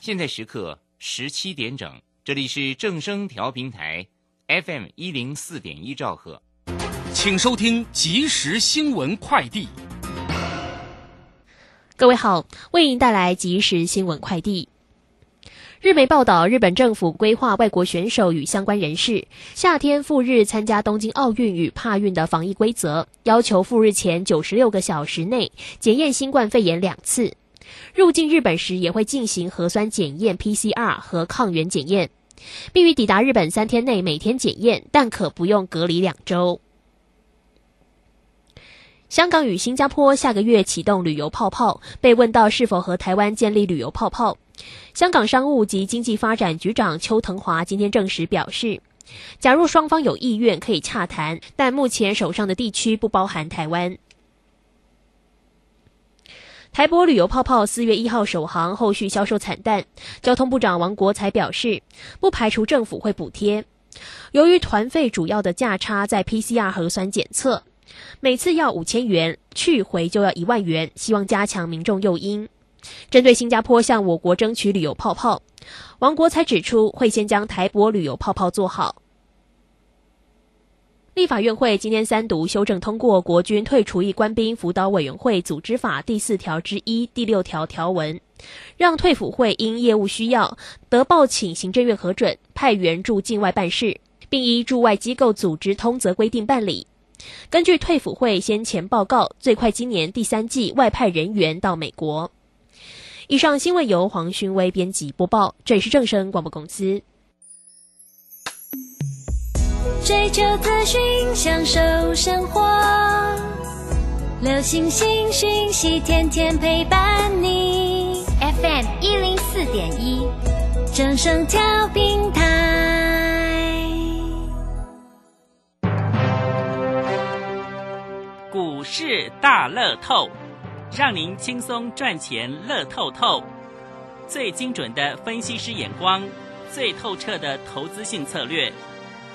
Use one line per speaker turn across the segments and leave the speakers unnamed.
现在时刻十七点整，这里是正声调频台 FM 一零四点一兆赫。
请收听即时新闻快递。
各位好，为您带来即时新闻快递。日媒报道，日本政府规划外国选手与相关人士夏天赴日参加东京奥运与帕运的防疫规则，要求赴日前九十六个小时内检验新冠肺炎两次，入境日本时也会进行核酸检验 （PCR） 和抗原检验，并于抵达日本三天内每天检验，但可不用隔离两周。香港与新加坡下个月启动旅游泡泡，被问到是否和台湾建立旅游泡泡，香港商务及经济发展局长邱腾华今天证实表示，假如双方有意愿可以洽谈，但目前手上的地区不包含台湾。台博旅游泡泡四月一号首航，后续销售惨淡。交通部长王国才表示，不排除政府会补贴。由于团费主要的价差在 PCR 核酸检测，每次要五千元，去回就要一万元，希望加强民众诱因。针对新加坡向我国争取旅游泡泡，王国才指出，会先将台博旅游泡泡做好。立法院会今天三读修正通过《国军退除役官兵辅导委员会组织法》第四条之一、第六条条文，让退辅会因业务需要得报请行政院核准，派员驻境外办事，并依驻外机构组织通则规定办理。根据退辅会先前报告，最快今年第三季外派人员到美国。以上新闻由黄勋威编辑播报，这里是正声广播公司。
追求资讯，享受生活，流星星讯息，天天陪伴你。FM 一零四点一，正声调频台。
股市大乐透，让您轻松赚钱乐透透。最精准的分析师眼光，最透彻的投资性策略，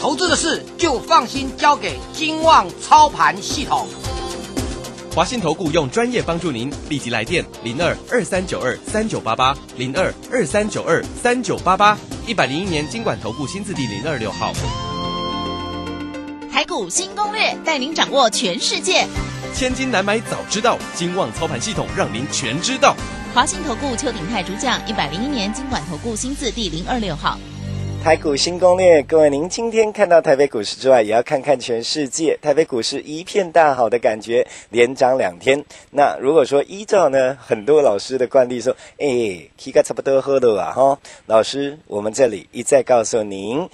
投资的事就放心交给金旺操盘系统。
华信投顾用专业帮助您，立即来电零二二三九二三九八八零二二三九二三九八八，一百零一年经管投顾新字第零二六号。
台股新攻略，带您掌握全世界。
千金难买早知道，金旺操盘系统让您全知道。
华信投顾邱鼎泰主讲，一百零一年经管投顾新字第零二六号。
台股新攻略，各位，您今天看到台北股市之外，也要看看全世界。台北股市一片大好的感觉，连涨两天。那如果说依照呢，很多老师的惯例说，哎，K 个差不多喝的吧，哈，老师，我们这里一再告诉您。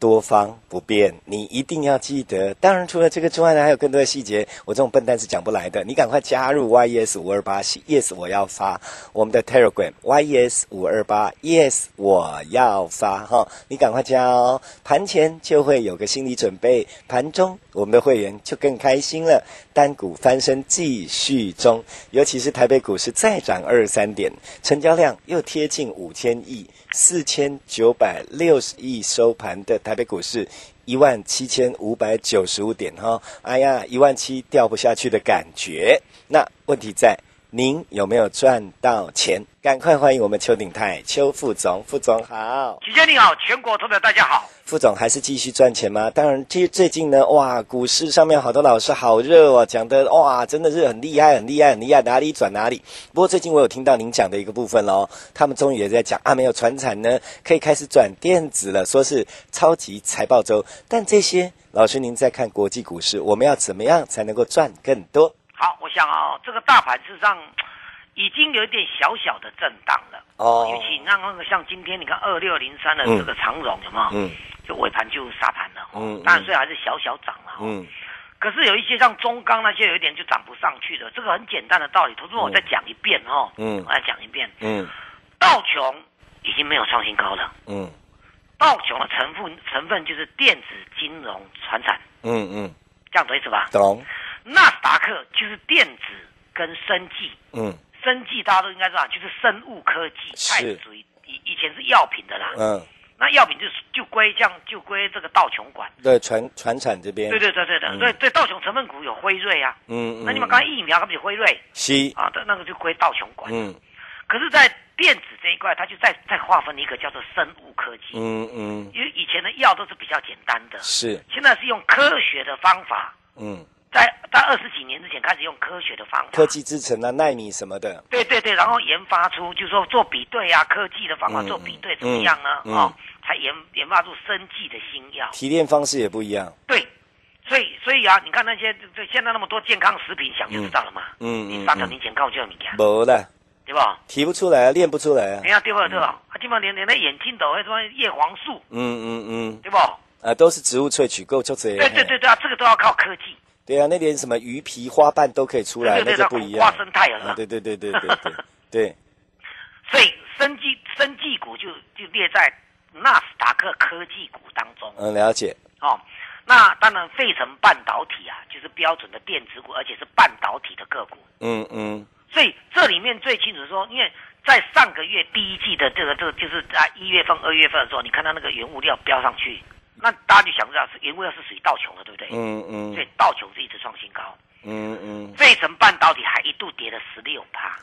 多方不变，你一定要记得。当然，除了这个之外呢，还有更多的细节，我这种笨蛋是讲不来的。你赶快加入 YES 五二八 Yes 我要发我们的 Telegram YES 五二八 Yes 我要发哈，你赶快加哦。盘前就会有个心理准备，盘中我们的会员就更开心了。单股翻身继续中，尤其是台北股市再涨二三点，成交量又贴近五千亿，四千九百六十亿收盘的台北股市。一万七千五百九十五点哈、哎呀，一万七掉不下去的感觉。那问题在您有没有赚到钱？赶快欢迎我们邱鼎泰邱副总，副总好。
齐先你好，全国同仁大家好。
副总还是继续赚钱吗？当然，最最近呢，哇，股市上面好多老师好热哦，讲的哇，真的是很厉害，很厉害，很厉害，哪里转哪里。不过最近我有听到您讲的一个部分喽，他们终于也在讲啊，没有船产呢，可以开始转电子了，说是超级财报周。但这些老师，您在看国际股市，我们要怎么样才能够赚更多？
好，我想啊、这个大盘事实上已经有一点小小的震荡了。
哦
尤其让那个像今天你看二六零三的这个长荣有没有？
嗯
就尾盘就杀盘了。哦
嗯嗯
当然虽然还是小小涨了。哦
嗯
可是有一些像中钢那些有一点就涨不上去的，这个很简单的道理。投资者，我再讲一遍哦，
嗯
我再讲一遍，
嗯
道琼
已经没有创新高了。
嗯
报九的成分成分就是电子、金融、船产，
嗯嗯，
这样懂意思吧？
懂，
纳斯达克就是电子跟生技，
嗯
生技大家都应该知道，就是生物科技，
是
它也属于以以前是药品的啦。
嗯，
那药品就是就归这样，就归这个道琼管。
对，船船产这边，
对对对对的，
嗯
所以对道琼成分股有辉瑞啊，
嗯嗯，
那你们刚才疫苗，它不是有辉瑞
西，
啊？那那个就归道琼管。
嗯
可是，在电子这一块，它就再再划分了一个叫做生物科技，
嗯嗯，
因为以前的药都是比较简单的，
是，
现在是用科学的方法，
嗯，
在在二十几年之前开始用科学的方法，
科技制成啊，纳米什么的，
对对对，然后研发出就是说做比对啊，科技的方法
嗯
做比对怎么样呢？
嗯嗯
哦，才研研发出生技的新药。
提炼方式也不一样，
对，所以所以啊，你看那些这现在那么多健康食品，想就知道了嘛。
嗯嗯
你
嗯
三条你健康就有物件，
没了，
对吧？
提不出来啊，练不出来啊
你，看对吧对吧？啊，基本连连那眼镜头，什么叶黄素，
嗯嗯嗯，
对不？
啊，都是植物萃取够就这
对
样，
对对对啊，这个都要靠科技。
对啊，那连什么鱼皮花瓣都可以出来，
对对
那就
对
不一样，
花生态啊是吧
啊，对对对对对对对，
所以生技生技股就就列在纳斯达克科技股当中。
嗯，了解，
哦，那当然，费城半导体啊，就是标准的电子股，而且是半导体的个股。
嗯嗯
所以这里面最清楚说，因为在上个月第一季的这个这个就是啊一月份、二月份的时候，你看到那个原物料飙上去，那大家就想知道是原物料是属于道琼的，对不对？
嗯嗯
所以道琼是一直创新高，
嗯嗯，
费城半导体还一度跌了十六趴，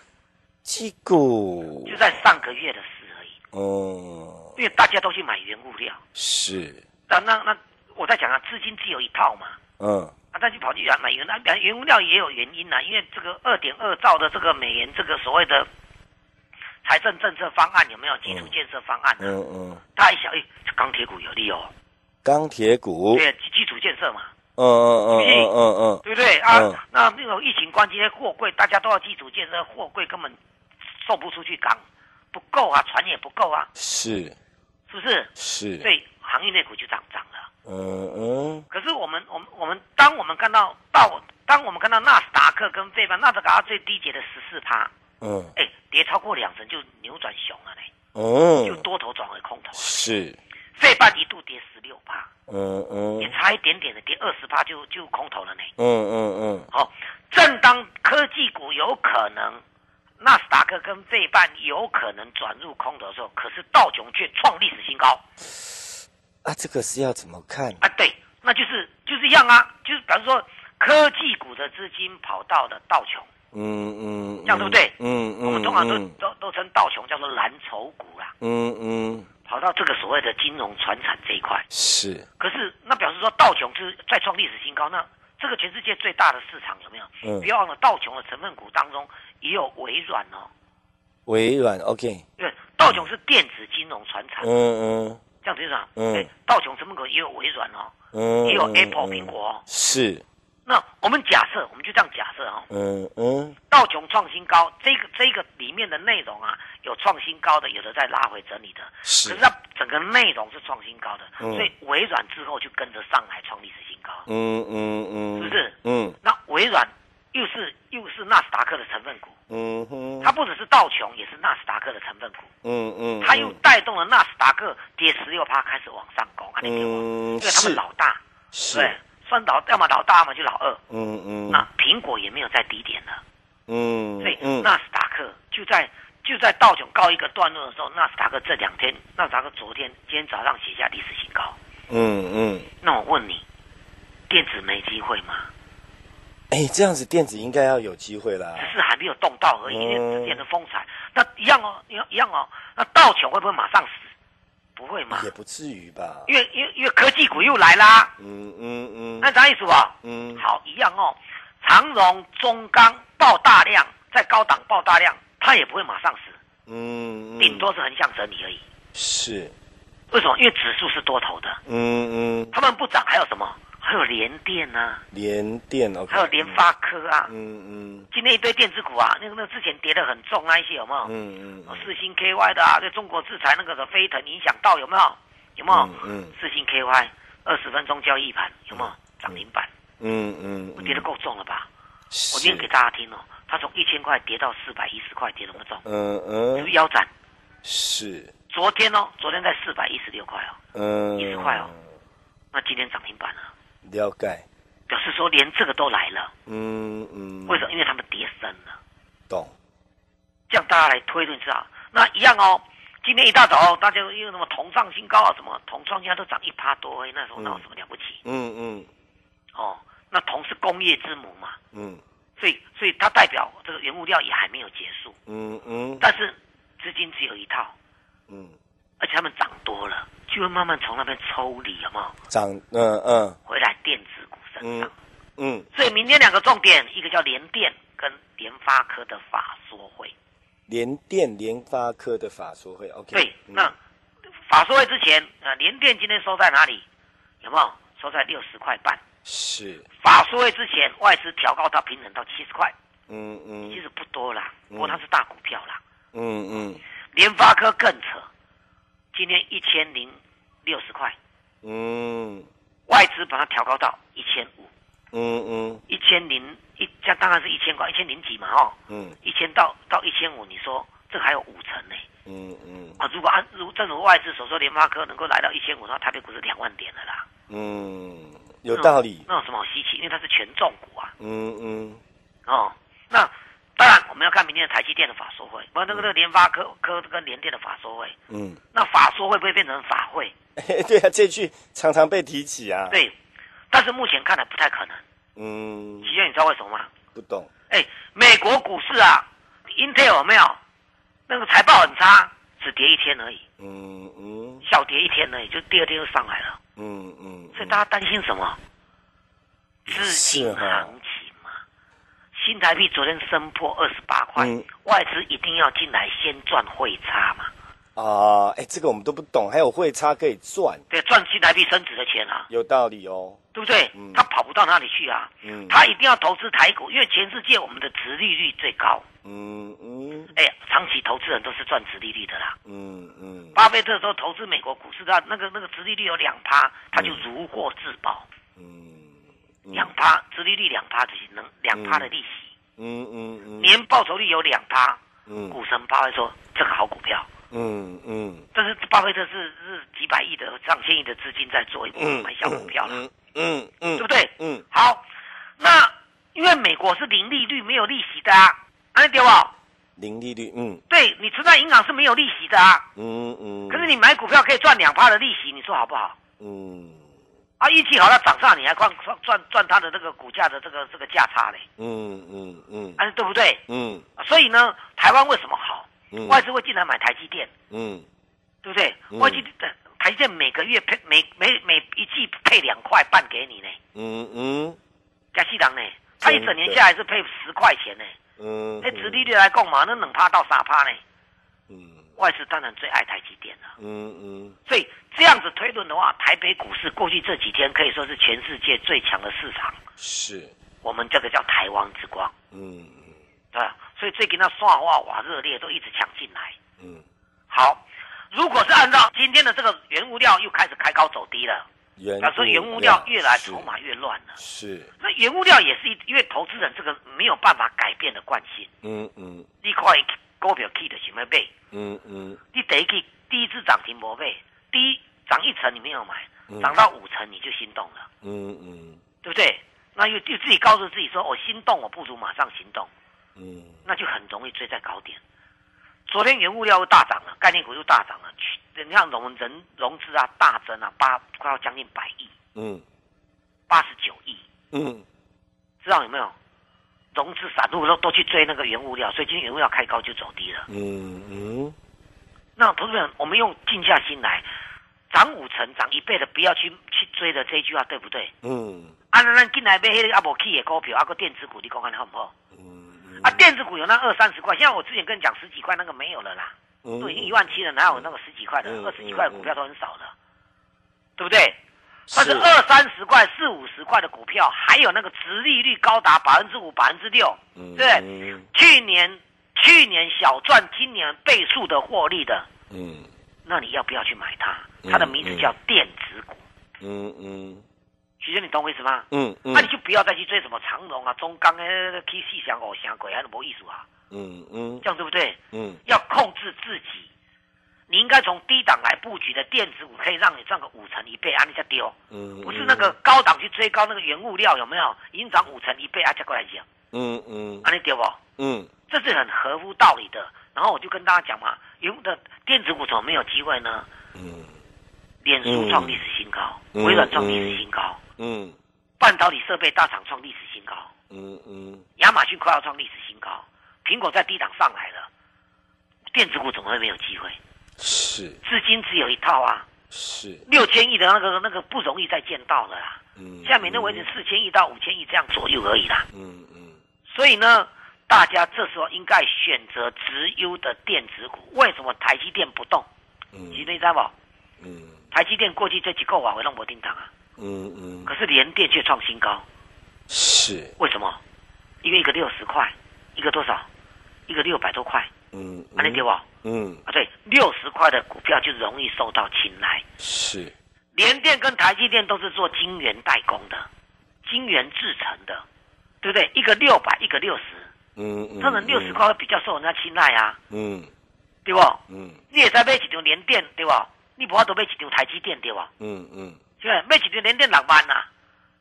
鸡骨
就，在上个月的事而已。
哦，
因为大家都去买原物料，
是，
那那那我在讲啊，资金只有一套嘛，
嗯
啊，再去跑去买原来原物料也有原因呐、啊因为这个二点二兆的这个美元这个所谓的财政政策方案有没有基础建设方案呢、
嗯嗯，
大家一想，哎、这钢铁股有利哦，
钢铁股，
对，基基础建设嘛，
嗯嗯嗯嗯嗯嗯，
对不对啊？
嗯
那那种疫情关系，货柜大家都要基础建设，货柜根本送不出去港，不够啊，船也不够啊，
是
是不是？
是，
所以航运类股就涨涨了。
嗯嗯
可是我们我们我们，当我们看到到当我们看到纳斯达克跟费半，纳斯达克最低跌的十四趴。
嗯
哎，跌超过两成就扭转熊了呢，就
嗯，
多头转为空头。
是，
费半一度跌十六趴，
嗯嗯
也差一点点的跌二十趴就就空头了呢。
嗯嗯
哦，正当科技股有可能，纳斯达克跟费半有可能转入空头的时候，可是道琼却创历史新高
嗯，啊，这个是要怎么看？
啊！对，那就是就是一样啊，就是比方说科技股的资金跑到了道琼，
嗯嗯，
这样对不对？
嗯嗯，
我们通常都都都称道琼叫做蓝筹股啦，
嗯嗯
跑到这个所谓的金融、船产这一块。
是，
可是那表示说道琼是再创历史新高，那这个全世界最大的市场有没有？
嗯
不要忘了道琼的成分股当中也有微软哦，
微软 OK，
因为道琼是电子、金融、船产，
嗯嗯
这样子讲，
嗯
对，哎道琼成分股也有微软哦，
嗯，
也有 Apple 苹果哦。
是，
那我们假设，我们就这样假设哦，
嗯嗯
道琼创新高，这个这个里面的内容啊，有创新高的，有的在拉回整理的，
是
可是它整个内容是创新高的，
嗯
所以微软之后就跟着上来创历史新高。
嗯嗯嗯，嗯
那微软又是又是纳斯达克的成分股，
嗯哼，
它不只是道琼，也是纳斯达克的成分股，
嗯嗯，
它又带动了纳斯达克 跌十六趴开始往上攻，啊，你给我，
嗯
因为他
是
们老大，
是，
对，算老，要么老大，要么就老二。
嗯嗯
那苹果也没有在低点了，
嗯，
所以
嗯
纳斯达克就在就在道琼告一个段落的时候，纳斯达克这两天，纳斯达克昨天今天早上写下历史新高。
嗯嗯。
那我问你，电子没机会吗？
哎，这样子电子应该要有机会啦。
只是还没有动到而已，
嗯
因为之前的风采，那一样哦，一样一样哦。那道琼会不会马上死？不会嘛
也，不至于吧？
因为因为因为科技股又来啦，
嗯嗯
那
嗯
啥意思吧？
嗯，
哦好，一样哦。长荣、中钢爆大量，在高档爆大量，它也不会马上死，
嗯，嗯
顶多是横向整理而已。
是，
为什么？因为指数是多头的，
嗯嗯，
他们不涨还有什么？还有联电啊，
联电 OK，
还有联，发科啊，
嗯嗯
今天一堆电子股啊，那个那之前跌得很重啊那一些有没有？哦
嗯嗯，
四星 KY 的啊，对中国制裁那个的飞腾影响到有没有？有没有？
嗯嗯
四星 KY 二十分钟交易盘有没有涨停板？
嗯嗯，
跌得够重了吧？我
我
念给大家听哦，它从一千块跌到四百一十块，跌得那么重，
嗯
是不
嗯
是腰斩？
是，
昨天哦，昨天在四百一十六块哦，
嗯，
一十块哦，那今天涨停板了，
了解，
表示说连这个都来了，
嗯嗯，
为什么？因为他们跌深了，
懂？
这样大家来推论一下，那一样哦。今天一大早，哦大家因为什么同创新高啊，什么同创新高都涨一趴多而已，那时候
嗯
哪有什么了不起？
嗯嗯
哦，那铜是工业之母嘛，
嗯
所以所以它代表这个原物料也还没有结束，
嗯嗯
但是资金只有一套，
嗯，
而且他们涨多了，就会慢慢从那边抽离，有没有？
涨，嗯嗯
回来电子股身上。
嗯嗯，
所以明天两个重点，一个叫联电跟联发科的法说会。
联电、联发科的法说会，OK，
对，
嗯
那法说会之前，呃，联电今天收在哪里？有没有收在六十块半？
是，
法说会之前，外资调高到平整到七十块，
嗯嗯
其实不多啦，不过它是大股票啦。
嗯嗯
联发科更扯，今天一千零六十块，
嗯
外资把它调高到一千五，
嗯嗯
一千零一，这当然是一千块，一千零几嘛，哦，
嗯
一千到到一千五，你说这个还有五成呢、
嗯嗯
啊，如果按如正如外资所说，联发科能够来到一千五，那台北股是两万点的啦，
嗯，有道理，
那有什么好稀奇？因为它是权重股啊，
嗯嗯
哦，那当然我们要看明天的台积电的法说会，不然那个那个联发科科跟联电的法说会，
嗯，
那法说会不会变成法会？
对啊，这句常常被提起啊，，
对，但是目前看来不太可能。
嗯，
奇轩，你知道为什么吗？
不懂，
哎，美国股市啊，Intel 有没有那个财报很差，只跌一天而已，
嗯嗯
小跌一天而已，就第二天就上来了。
嗯嗯，
所以大家担心什么？自
是
行
哈
行情嘛。新台币昨天升破二十八块，
嗯
外资一定要进来先赚汇差嘛，
啊，哎，这个我们都不懂，还有汇差可以赚，
对，赚新台币升值的钱啊，
有道理哦，
对不对？
嗯
他跑不到哪里去啊，
嗯
他一定要投资台股，因为全世界我们的殖利率最高，
嗯嗯
哎，长期投资人都是赚殖利率的啦。
嗯嗯
巴菲特说投资美国股市的那个那个殖利率有两趴，他就如获至宝，
嗯
两趴殖利率两趴就是能两趴的利息，
嗯嗯
年报酬率有两趴，
嗯
股神巴菲特说这个好股票，
嗯嗯
但是巴菲特是是几百亿的上千亿的资金在做一
嗯，
买小股票了，
嗯嗯嗯，
对不对？
嗯
好，那因为美国是零利率没有利息的啊，哎对吧？
零利率，嗯
对你存在银行是没有利息的啊，
嗯嗯，
可是你买股票可以赚两趴的利息，你说好不好？
嗯
啊，运气好它涨上，你还赚赚赚赚它的这个股价的这个这个价差嘞，
嗯嗯嗯
啊，对不对？
嗯
啊所以呢，台湾为什么好？
嗯
外资会进来买台积电，
嗯
对不对？
嗯
外资呃台积电每个月配每每每一季配两块半给你呢，
嗯嗯
加西郎呢，他一整年下来是配十块钱呢。
嗯，
哎，殖利率来供嘛，那冷趴到傻趴呢？
嗯
外资当然最爱台积电了。
嗯嗯
所以这样子推论的话，台北股市过去这几天可以说是全世界最强的市场，
是，
我们这个叫台湾之光。
嗯
对吧？啊所以最近那算化瓦热烈都一直抢进来。
嗯，
好，如果是按照今天的这个原物料又开始开高走低了，
原
表示原物料越来筹码越乱了。
是，
那原物料也是一，因为投资人这个没有办法改变的惯性，
嗯嗯
你块股票起的想要买，
嗯嗯
你第一季第一次涨停没买，第一涨一层你没有买
嗯，
涨到五层你就心动了，
嗯嗯
对不对？那又又自己告诉自己说，我心动，我不如马上行动。
嗯
那就很容易追在高点。昨天原物料又大涨了，概念股又大涨了，去你看融人融资啊大增啊，八快要将近百亿，
嗯
八十九亿，
嗯
知道有没有？融资散户都都去追那个原物料，所以今天原物料开高就走低了。
嗯嗯
那投资人，我们用静下心来，涨五成、涨一倍的，不要去去追的这一句话对不对？
嗯
啊，那咱进来买迄个啊无起的股票，啊个电子股，你讲看好不好？
嗯
啊，电子股有那二三十块，现在我之前跟你讲十几块那个没有了啦。
嗯，
都已经一万七了，哪有那个十几块的
嗯、
二十几块的股票都很少了，对不对？但是
是
二三十块、四五十块的股票，还有那个殖利率高达百分之五、百分之六，对不对
嗯？
去年去年小赚，今年倍数的获利的，
嗯
那你要不要去买它？它的名字叫电子股，
嗯嗯
徐生，你懂我意思吗？
嗯嗯，
那你就不要再去追什么长荣啊、中钢呃、K 四祥、啊五祥鬼，还是没意思啊？
嗯嗯
这样对不对？
嗯
要控制自己。你应该从低档来布局的电子股，可以让你赚个五成一倍，啊，你再丢，
嗯，
不是那个高档去追高那个原物料有没有？已经涨五成一倍，啊，再过来讲，
嗯，嗯
啊，你丢不？
嗯
这是很合乎道理的。然后我就跟大家讲嘛，原的电子股怎么没有机会呢？
嗯
脸书创历史新高，
嗯
微软创历史新高，
嗯
半导体设备大厂创历史新高，
嗯嗯
亚马逊快要创历史新高，苹果在低档上来了，电子股怎么会没有机会？
是
资金只有一套啊，
是，
六千亿的那个那个不容易再见到了啦，
嗯，
下面那维持四千亿到五千亿这样左右而已啦。
嗯嗯
所以呢，大家这时候应该选择直优的电子股。为什么台积电不动？
嗯
你知道不？
嗯
台积电过去这几个瓦为弄不定档啊，
嗯嗯
可是联电却创新高，
是，
为什么？因为一个六十块，一个多少？一个六百多块，
嗯，
啊，你对不？啊，
嗯
对，六十块的股票就容易受到青睐。
是，
联电跟台积电都是做晶圆代工的，晶圆制成的，对不对？一个六百，一个六十，
嗯嗯，
当然六十，块会比较受人家青睐啊，
嗯
对不？
嗯
你也在买一张联电对吧？你无法度买一张台积电对吧？
嗯嗯
是吧？买一张联电六万呐、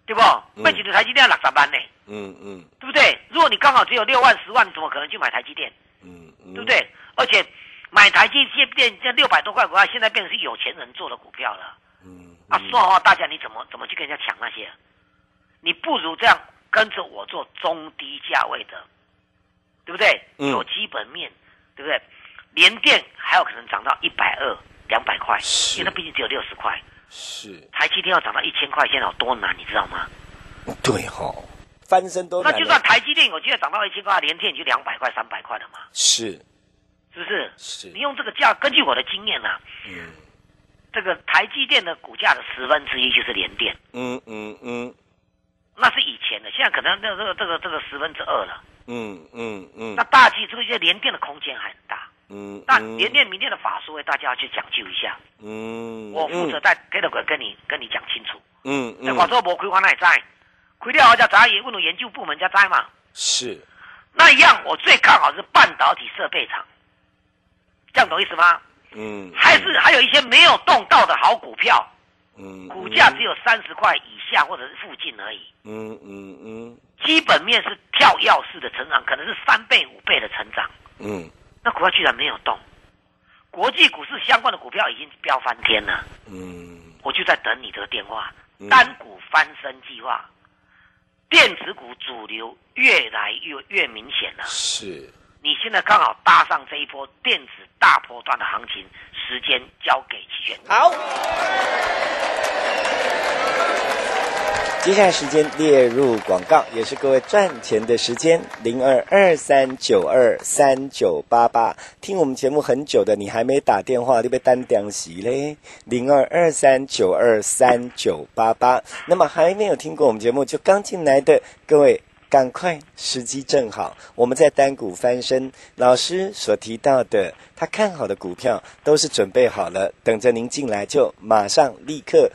对不？买一张台积电六十万呢、
嗯嗯
对不对？如果你刚好只有六万、十万，你怎么可能去买台积电？
嗯，对
对不？对？而且买台积电这六百多块股票，现在变成是有钱人做的股票了
嗯
啊！算话大家你怎么怎么去跟人家抢那些？你不如这样跟着我做中低价位的，对不对？
嗯
有基本面，对不对？联电还有可能涨到一百二、两百块，
是
因为它毕竟只有六十块。
是，
台积电要涨到一千块，现在有多难，你知道吗？
对哈，翻身都
那
难
就算台积电有机会涨到一千块，联电也就两百块、三百块了嘛，
是
是不是？
是
你，用这个价，根据我的经验呢、啊，
嗯
这个台积电的股价的十分之一就是联电，
嗯嗯嗯
那是以前的，现在可能那这个这个这个十分之二了。
嗯嗯嗯
那大气这个联电的空间还很大，
嗯，
那联电明天的法说会大家要去讲究一下，
嗯，
我负责在 Telegram 跟你跟你讲清楚。
嗯
那法
嗯
说无开我哪会知？开了后才知，也问了研究部门才知嘛。
是，
那一样，我最看好是半导体设备厂，这样懂意思吗？
嗯
还是还有一些没有动到的好股票，
嗯
股价只有三十块以下或者是附近而已，
嗯嗯嗯
基本面是跳跃式的成长，可能是三倍五倍的成长，
嗯
那股票居然没有动。国际股市相关的股票已经飙翻天了，
嗯
我就在等你这个电话
嗯。
单股翻身计划，电子股主流越来越越明显了。
是，
你现在刚好搭上这一波电子大波段的行情，时间交给齐全。
好。接下来时间列入广告，也是各位赚钱的时间，零二二三九二三九八八。听我们节目很久的，你还没打电话，你被单点席嘞，零二二三九二三九八八。那么还没有听过我们节目，就刚进来的各位。赶快，时机正好，我们在单股翻身。老师所提到的，他看好的股票都是准备好了，等着您进来就马上立刻。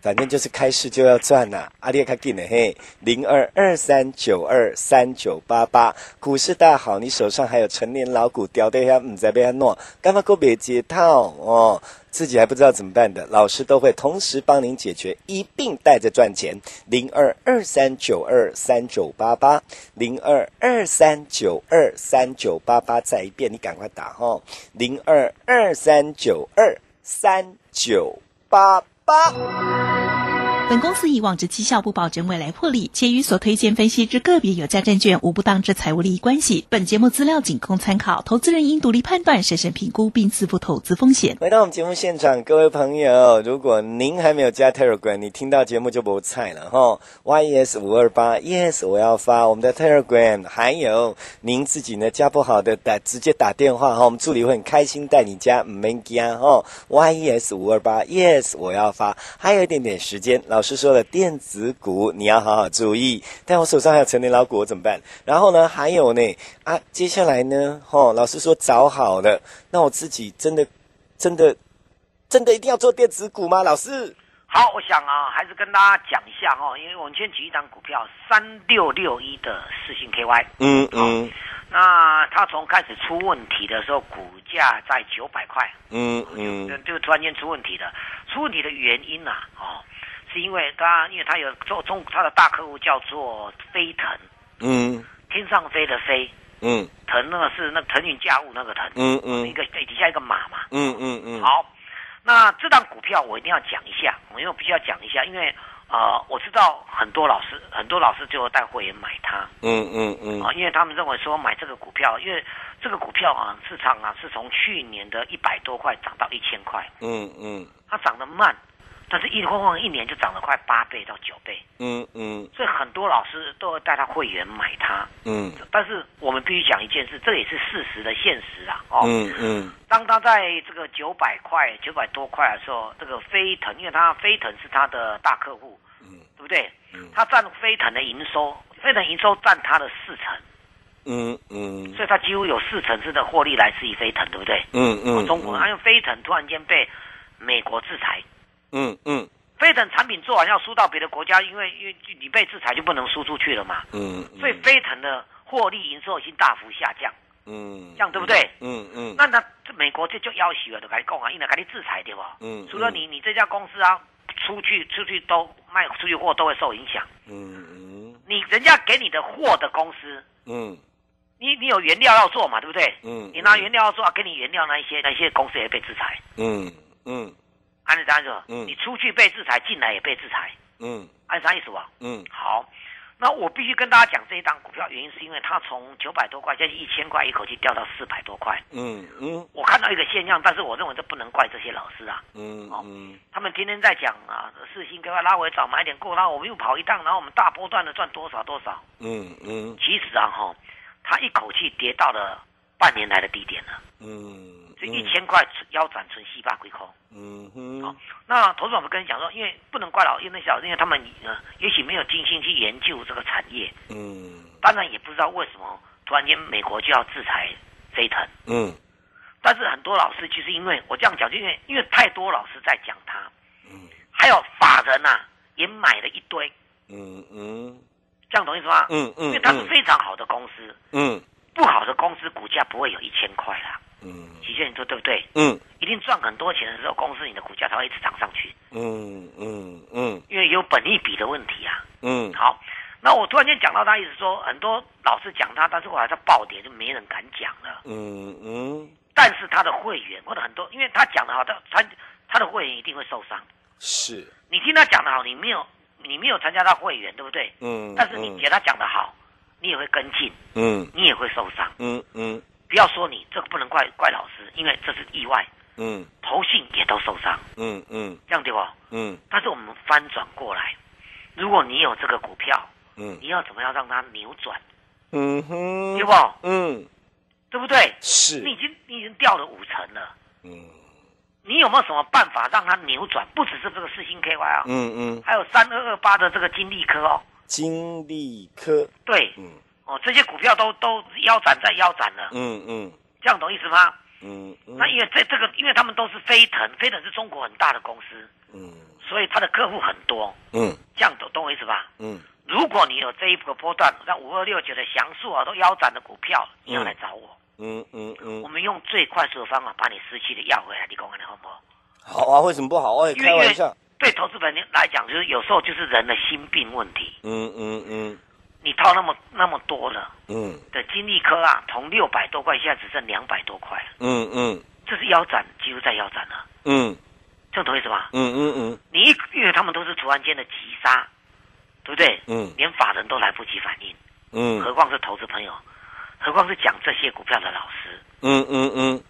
反正就是开市就要赚呐、阿列卡进的嘿，零二二三九二三九八八，股市大好，你手上还有陈年老股掉在遐，唔知被他弄，干嘛够别解套哦？自己还不知道怎么办的，老师都会同时帮您解决，一并带着赚钱。零二二三九二三九八八，零二二三九二三九八八，再一遍，你赶快打哈、哦，零二二三九二三九八八。
本公司以往之绩效不保证未来获利，且与所推荐分析之个别有价证券无不当之财务利益关系。本节目资料仅供参考，投资人应独立判断、审慎评估并自负投资风险。
回到我们节目现场，各位朋友，如果您还没有加 Telegram，你听到节目就不菜了哈。YES 五二八，Yes，我要发我们的 Telegram，还有您自己呢加不好的打直接打电话哈，我们助理会很开心带你加，没加哈。YES 五二八，Yes，我要发，还有一点点时间，老师说了电子股你要好好注意，但我手上还有成年老股，我怎么办？然后呢，还有呢啊，接下来呢，哈，老师说找好了，那我自己真的。真的真的一定要做电子股吗？老师，
好，我想啊，还是跟大家讲一下哦哈、因为我们先举一档股票三六六一的四星 KY，
嗯嗯
那它从开始出问题的时候，股价在九百块，
嗯嗯
就突然间出问题的。出问题的原因呐、哦，是因为它因为它有中中它的大客户叫做飞腾，
嗯
天上飞的飞，
嗯
腾那个是那腾云驾雾那个腾，
嗯嗯
一个底下一个马嘛。
嗯嗯嗯，
好，那这档股票我一定要讲一下，我因为我必须要讲一下，因为呃，我知道很多老师很多老师最后带会员买它，
嗯嗯嗯
啊，因为他们认为说买这个股票，因为这个股票啊，市场啊是从去年的一百多块涨到一千块，
嗯嗯
它涨得慢，但是一晃晃一年就涨了快八倍到九倍，
嗯嗯
所以很多老师都会带他会员买它。
嗯
但是我们必须讲一件事，这也是事实的现实啊。哦，
嗯嗯
当他在这个九百块、九百多块的时候，这个飞腾，因为他飞腾是他的大客户，
嗯
对不对
嗯？
他占飞腾的营收，飞腾营收占他的四成。
嗯嗯
所以它几乎有四成四的获利来自于飞腾，对不对？
嗯嗯，
中国，啊因为飞腾突然间被美国制裁，
嗯嗯
飞腾产品做完要输到别的国家，因为因为你被制裁就不能输出去了嘛，
嗯，
所以飞腾的获利营收已经大幅下降，
嗯
这样对不对？
嗯嗯
那那这美国这就要挟了，就跟你讲啊，因为给你制裁对吧？
嗯
除了你，你这家公司啊，出去出去都卖出去货都会受影响，
嗯
你人家给你的货的公司，
嗯
你你有原料要做嘛，对不对？
嗯
你拿原料要做，啊给你原料那一些那些公司也被制裁。
嗯嗯
按你这样说，
嗯
你出去被制裁，进来也被制裁，
嗯
按啥意思吧？
嗯
好，那我必须跟大家讲这一档股票，原因是因为它从九百多块，将近一千块，一口气掉到四百多块。
嗯嗯
我看到一个现象，但是我认为这不能怪这些老师啊，
嗯嗯
他们天天在讲啊，四星 KY 拉回早买点过，然后我们又跑一趟，然后我们大波段的赚多少多少。
嗯嗯
其实啊哈，它一口气跌到了半年来的低点了，
嗯，
这一千块腰斩存西八亏空。
嗯哼，
哦那投资长们跟你讲说，因为不能怪老，因为那小，因为他们呃，也许没有精心去研究这个产业，
嗯
当然也不知道为什么突然间美国就要制裁飞腾。
嗯
但是很多老师就是因为我这样讲，就因为因为太多老师在讲它，
嗯
还有法人呐、也买了一堆，
嗯嗯
这样懂意思吗？
嗯
因
嗯
为它是非常好的公司，
嗯
不好的公司股价不会有一千块啦。
嗯
齐轩，你说对不对？
嗯
一定赚很多钱的时候，公司你的股价才会一直涨上去，
嗯嗯嗯
因为有本益比的问题啊。
嗯
好，那我突然间讲到他，意思说很多老师讲他，但是我还在爆点，就没人敢讲了。
嗯嗯，
但是他的会员或者很多，因为他讲的好，他他他的会员一定会受伤。
是，
你听他讲的好，你没有你没有参加他会员，对不对？
嗯，
但是你觉得他讲的好，你也会跟进，
嗯
你也会受伤。
嗯嗯
不要说你这个不能怪怪老师，因为这是意外，
嗯
投信也都受伤，
嗯嗯
这样对不？
嗯
但是我们翻转过来，如果你有这个股票，
嗯
你要怎么样让它扭转，
嗯哼，
对不？
嗯
对不对？
是
你，已经你已经掉了五成了，
嗯
你有没有什么办法让它扭转？不只是这个四星 KY 啊、
嗯嗯，
还有三二二八的这个金利科哦，
金利科，
对，
嗯
哦，这些股票都都腰斩在腰斩了，
嗯嗯
这样懂意思吗？
嗯，
那因为这这个，因为他们都是飞腾，飞腾是中国很大的公司，
嗯
所以它的客户很多，
嗯
这样懂懂我意思吧？
嗯
如果你有这一个波段，让五二六九的详述啊都腰斩的股票，你要来找我，
嗯嗯
我
嗯，
们用最快速的方法把你失去的要回来，你跟我讲好不好？
好啊，为什么不好？哎，
因为
开玩笑，
对投资本来讲，就是有时候就是人的心病问题。
嗯嗯嗯
你套那么那么多了
嗯
的金利科啊，从六百多块现在只剩两百多块了，
嗯嗯
这是腰斩，几乎在腰斩了，
嗯
这样懂意思吧？
嗯嗯
你一因为他们都是突然间的急杀，对不对？
嗯
连法人都来不及反应，
嗯
何况是投资朋友，何况是讲这些股票的老师，
嗯嗯嗯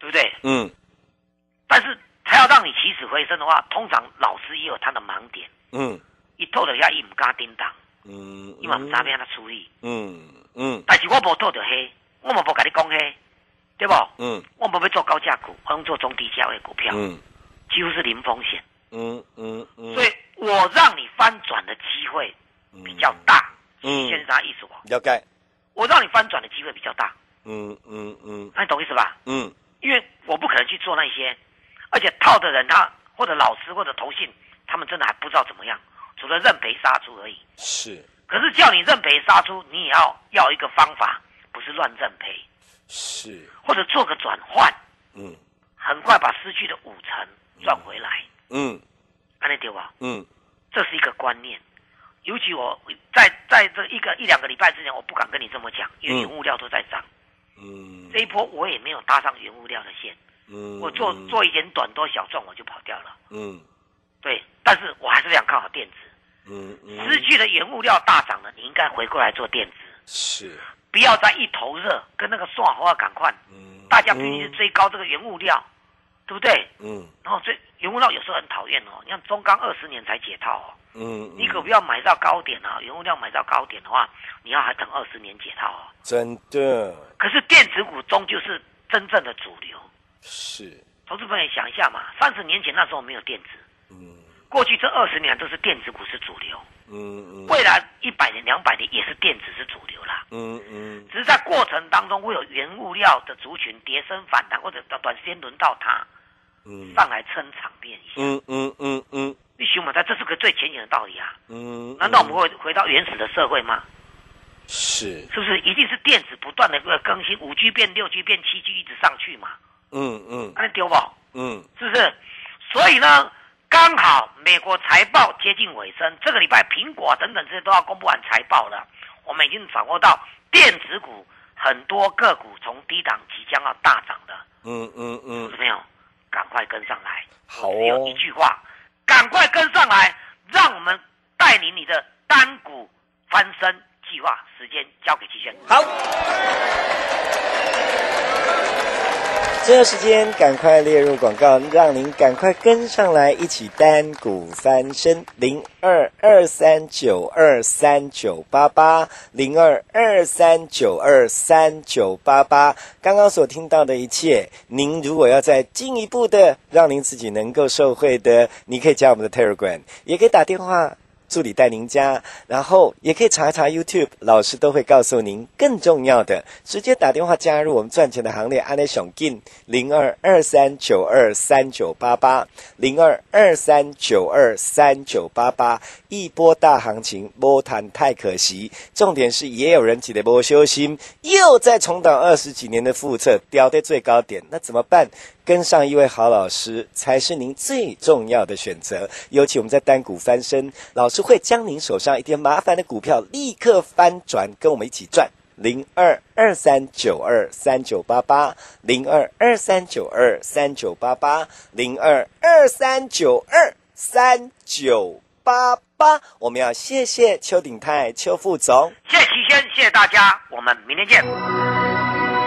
对不对？
嗯
但是他要让你起死回生的话，通常老师也有他的盲点，
嗯
一透了下一唔敢叮当，
嗯，
伊嘛唔知咩他处理。
嗯嗯
但是我无做着黑，我嘛无甲你讲黑，对不？
嗯
我无要做高价股，我用做中低价位股票，
嗯
几乎是零风险，
嗯嗯嗯，
所以我让你翻转的机会比较大。
嗯
先啥意思我？
了解，
我让你翻转的机会比较大，
嗯嗯嗯
那你懂意思吧？
嗯
因为我不可能去做那些，而且套的人他或者老师或者投信，
他们真的还不知道怎么样，除了认赔杀出而已。
是
可是叫你认赔杀出，你也要要一个方法，不是乱认赔，
是，
或者做个转换，
嗯
很快把失去的五成赚回来，
嗯
看得对吧？
嗯，
这是一个观念。尤其我在在这一个一两个礼拜之前，我不敢跟你这么讲，因为
嗯
原物料都在涨，
嗯
这一波我也没有搭上原物料的线，
嗯，
我做
嗯，
做一点短多小赚我就跑掉了。
嗯
对，但是我还是非常看好电子，
嗯嗯，
失去的原物料大涨了，你应该回过来做电子，
是，
不要再一头热，跟那个算好啊，赶快，
嗯，
大家必须追高这个原物料，对不对？
嗯
然后追原物料有时候很讨厌哦，你看中钢二十年才解套哦，
嗯，嗯
你可不要买到高点啊，原物料买到高点的话，你要还等二十年解套哦。
真的
可是电子股终究是真正的主流，
是，
投资朋友想一下嘛，三十年前那时候没有电子，
嗯
过去这二十年都是电子股是主流，
嗯嗯，
未来一百年、两百年也是电子是主流啦。
嗯嗯
只是在过程当中会有原物料的族群跌升反弹，或者短短时间轮到它
嗯
上来撑场面一下。
嗯嗯嗯嗯
你想嘛，它这是个最浅显的道理啊！
嗯，
难道我们会回到原始的社会吗？
是，
是不是一定是电子不断的更新，五 G 变六 G 变七 G 一直上去嘛？
嗯嗯
那丢不好？
嗯
是不是？所以呢，刚好美国财报接近尾声，这个礼拜苹果等等这些都要公布完财报了，我们已经掌握到电子股很多个股从低档即将要大涨的，
嗯嗯
有
嗯，
没有？赶快跟上来！
好
只有
哦
一，句话，赶快跟上来，让我们带领你的单股翻身计划。时间交给齐轩。
好。
这个时间赶快列入广告，让您赶快跟上来，一起单股翻身。零二二三九二三九八八，零二二三九二三九八八。刚刚所听到的一切，您如果要再进一步的让您自己能够受惠的，你可以加我们的 Telegram，也可以打电话助理带您加，然后也可以查一查 YouTube，老师都会告诉您。更重要的，直接打电话加入我们赚钱的行列，安内熊进零二二三九二三九八八零二二三九二三九八八，一波大行情，波谈太可惜。重点是也有人挤得波修心，又在重蹈二十几年的覆辙，掉在最高点，那怎么办？跟上一位好老师才是您最重要的选择。尤其我们在单股翻身，老师会将您手上一点麻烦的股票立刻翻转，跟我们一起赚。零二二三九二三九八八，零二二三九二三九八八，零二二三九二三九八八。我们要谢谢邱鼎泰邱副总。
谢谢齐轩，谢谢大家，我们明天见。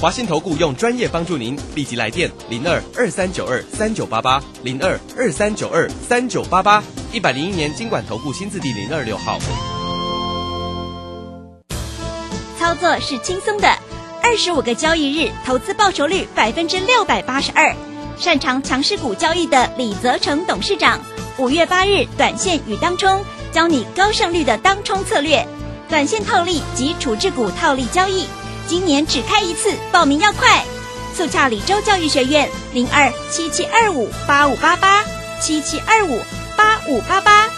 华信投顾用专业帮助您，立即来电零二二三九二三九八八零二二三九二三九八八，一百零一年经管投顾新字第零二六号。
操作是轻松的，二十五个交易日投资报酬率百分之六百八十二。擅长强势股交易的李泽成董事长，五月八日短线与当冲教你高胜率的当冲策略，短线套利及处置股套利交易，今年只开一次，报名要快。速洽李州教育学院零二七七二五八五八八七七二五八五八八。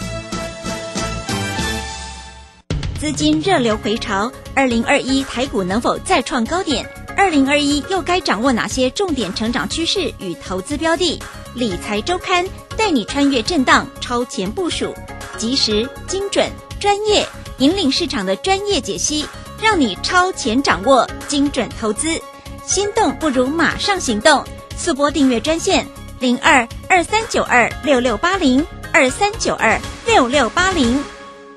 资金热流回潮，二零二一台股能否再创高点？二零二一又该掌握哪些重点成长趋势与投资标的？理财周刊带你穿越震荡，超前部署，及时、精准、专业，引领市场的专业解析，让你超前掌握精准投资。心动不如马上行动，速拨订阅专线零二二三九二六六八零二三九二六六八零。